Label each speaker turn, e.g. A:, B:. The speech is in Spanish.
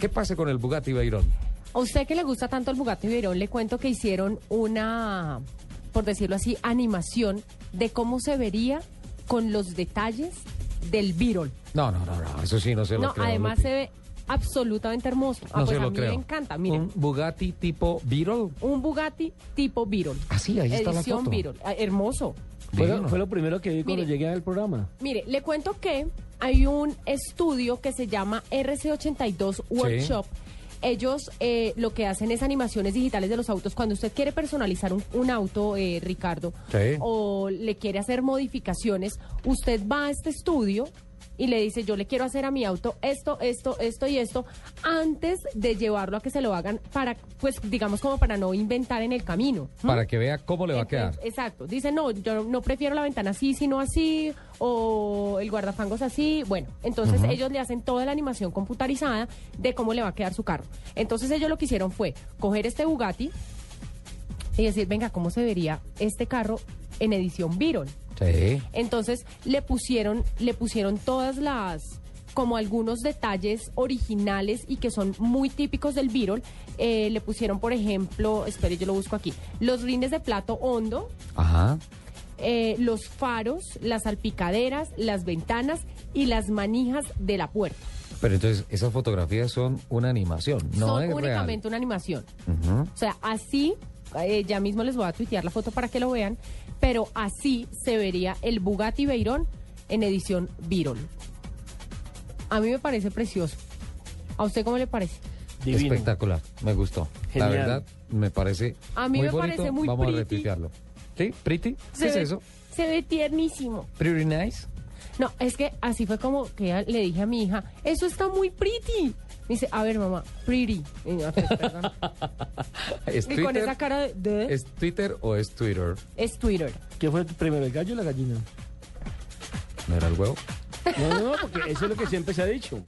A: ¿Qué pasa con el Bugatti Veyron?
B: A usted que le gusta tanto el Bugatti Veyron, le cuento que hicieron una, por decirlo así, animación de cómo se vería con los detalles del Virol.
A: No, no, no, no, eso sí no se lo
B: No,
A: creo.
B: además
A: Lupi.
B: se ve absolutamente hermoso. Ah,
A: no
B: pues
A: se
B: a
A: lo
B: mí
A: creo.
B: me encanta, miren.
A: Un Bugatti tipo Beetle.
B: Un Bugatti tipo Virol.
A: Ah, sí, ahí está la
B: Edición
A: foto.
B: Virol. Ah, hermoso.
C: Fue,
A: Divino.
C: lo, fue lo primero que vi cuando
B: Mire.
C: llegué al programa.
B: Mire, le cuento que hay un estudio que se llama RC82 Workshop. Ellos eh, lo que hacen es animaciones digitales de los autos. Cuando usted quiere personalizar un, un auto, eh, Ricardo,
A: Sí.
B: o le quiere hacer modificaciones, usted va a este estudio y le dice, yo le quiero hacer a mi auto esto, esto, esto y esto, antes de llevarlo a que se lo hagan para, pues digamos como para no inventar en el camino. ¿m?
A: Para que vea cómo le va a quedar.
B: Entonces, Exacto. Dice, no, yo no prefiero la ventana así, sino así, o el guardafangos así. Bueno, entonces ellos le hacen toda la animación computarizada de cómo le va a quedar su carro. Entonces ellos lo que hicieron fue coger este Bugatti y decir, venga, ¿cómo se vería este carro en edición Viron? este.
A: Sí.
B: Entonces le pusieron, le pusieron todas las como algunos detalles originales y que son muy típicos del Virol, Eh, le pusieron, por ejemplo, espere, yo lo busco aquí, los rines de plato hondo,
A: Ajá.
B: eh, los faros, las salpicaderas, las ventanas y las manijas de la puerta.
A: Pero entonces esas fotografías son una animación, no
B: son
A: es real.
B: únicamente una animación.
A: Ujú.
B: O sea, así, eh, ya mismo les voy a tuitear la foto para que lo vean, pero así se vería el Bugatti Veyron en edición Virol. A mí me parece precioso. ¿A usted cómo le parece?
C: Divino.
A: Espectacular, me gustó.
C: Genial.
A: La verdad, me parece
B: A mí
A: muy
B: me
A: bonito.
B: parece muy
A: Vamos a
B: pretty.
A: retuitearlo. ¿Sí? ¿Pretty? ¿Qué
B: Se
A: es
B: ve-
A: eso?
B: Se ve tiernísimo.
A: ¿Pretty nice?
B: No, es que así fue como que a- le dije a mi hija, eso está muy pretty. Me dice, a ver mamá, pretty. Y, yo, pues, perdón.
A: ¿Es
B: Y con
A: Twitter?
B: esa cara ¿eh? de... de-
A: ¿Es Twitter o es Twitter?
B: es Twitter.
C: ¿Qué fue primero, el gallo o la gallina?
A: ¿No era el huevo?
C: No, no, no, porque eso es lo que siempre se ha dicho.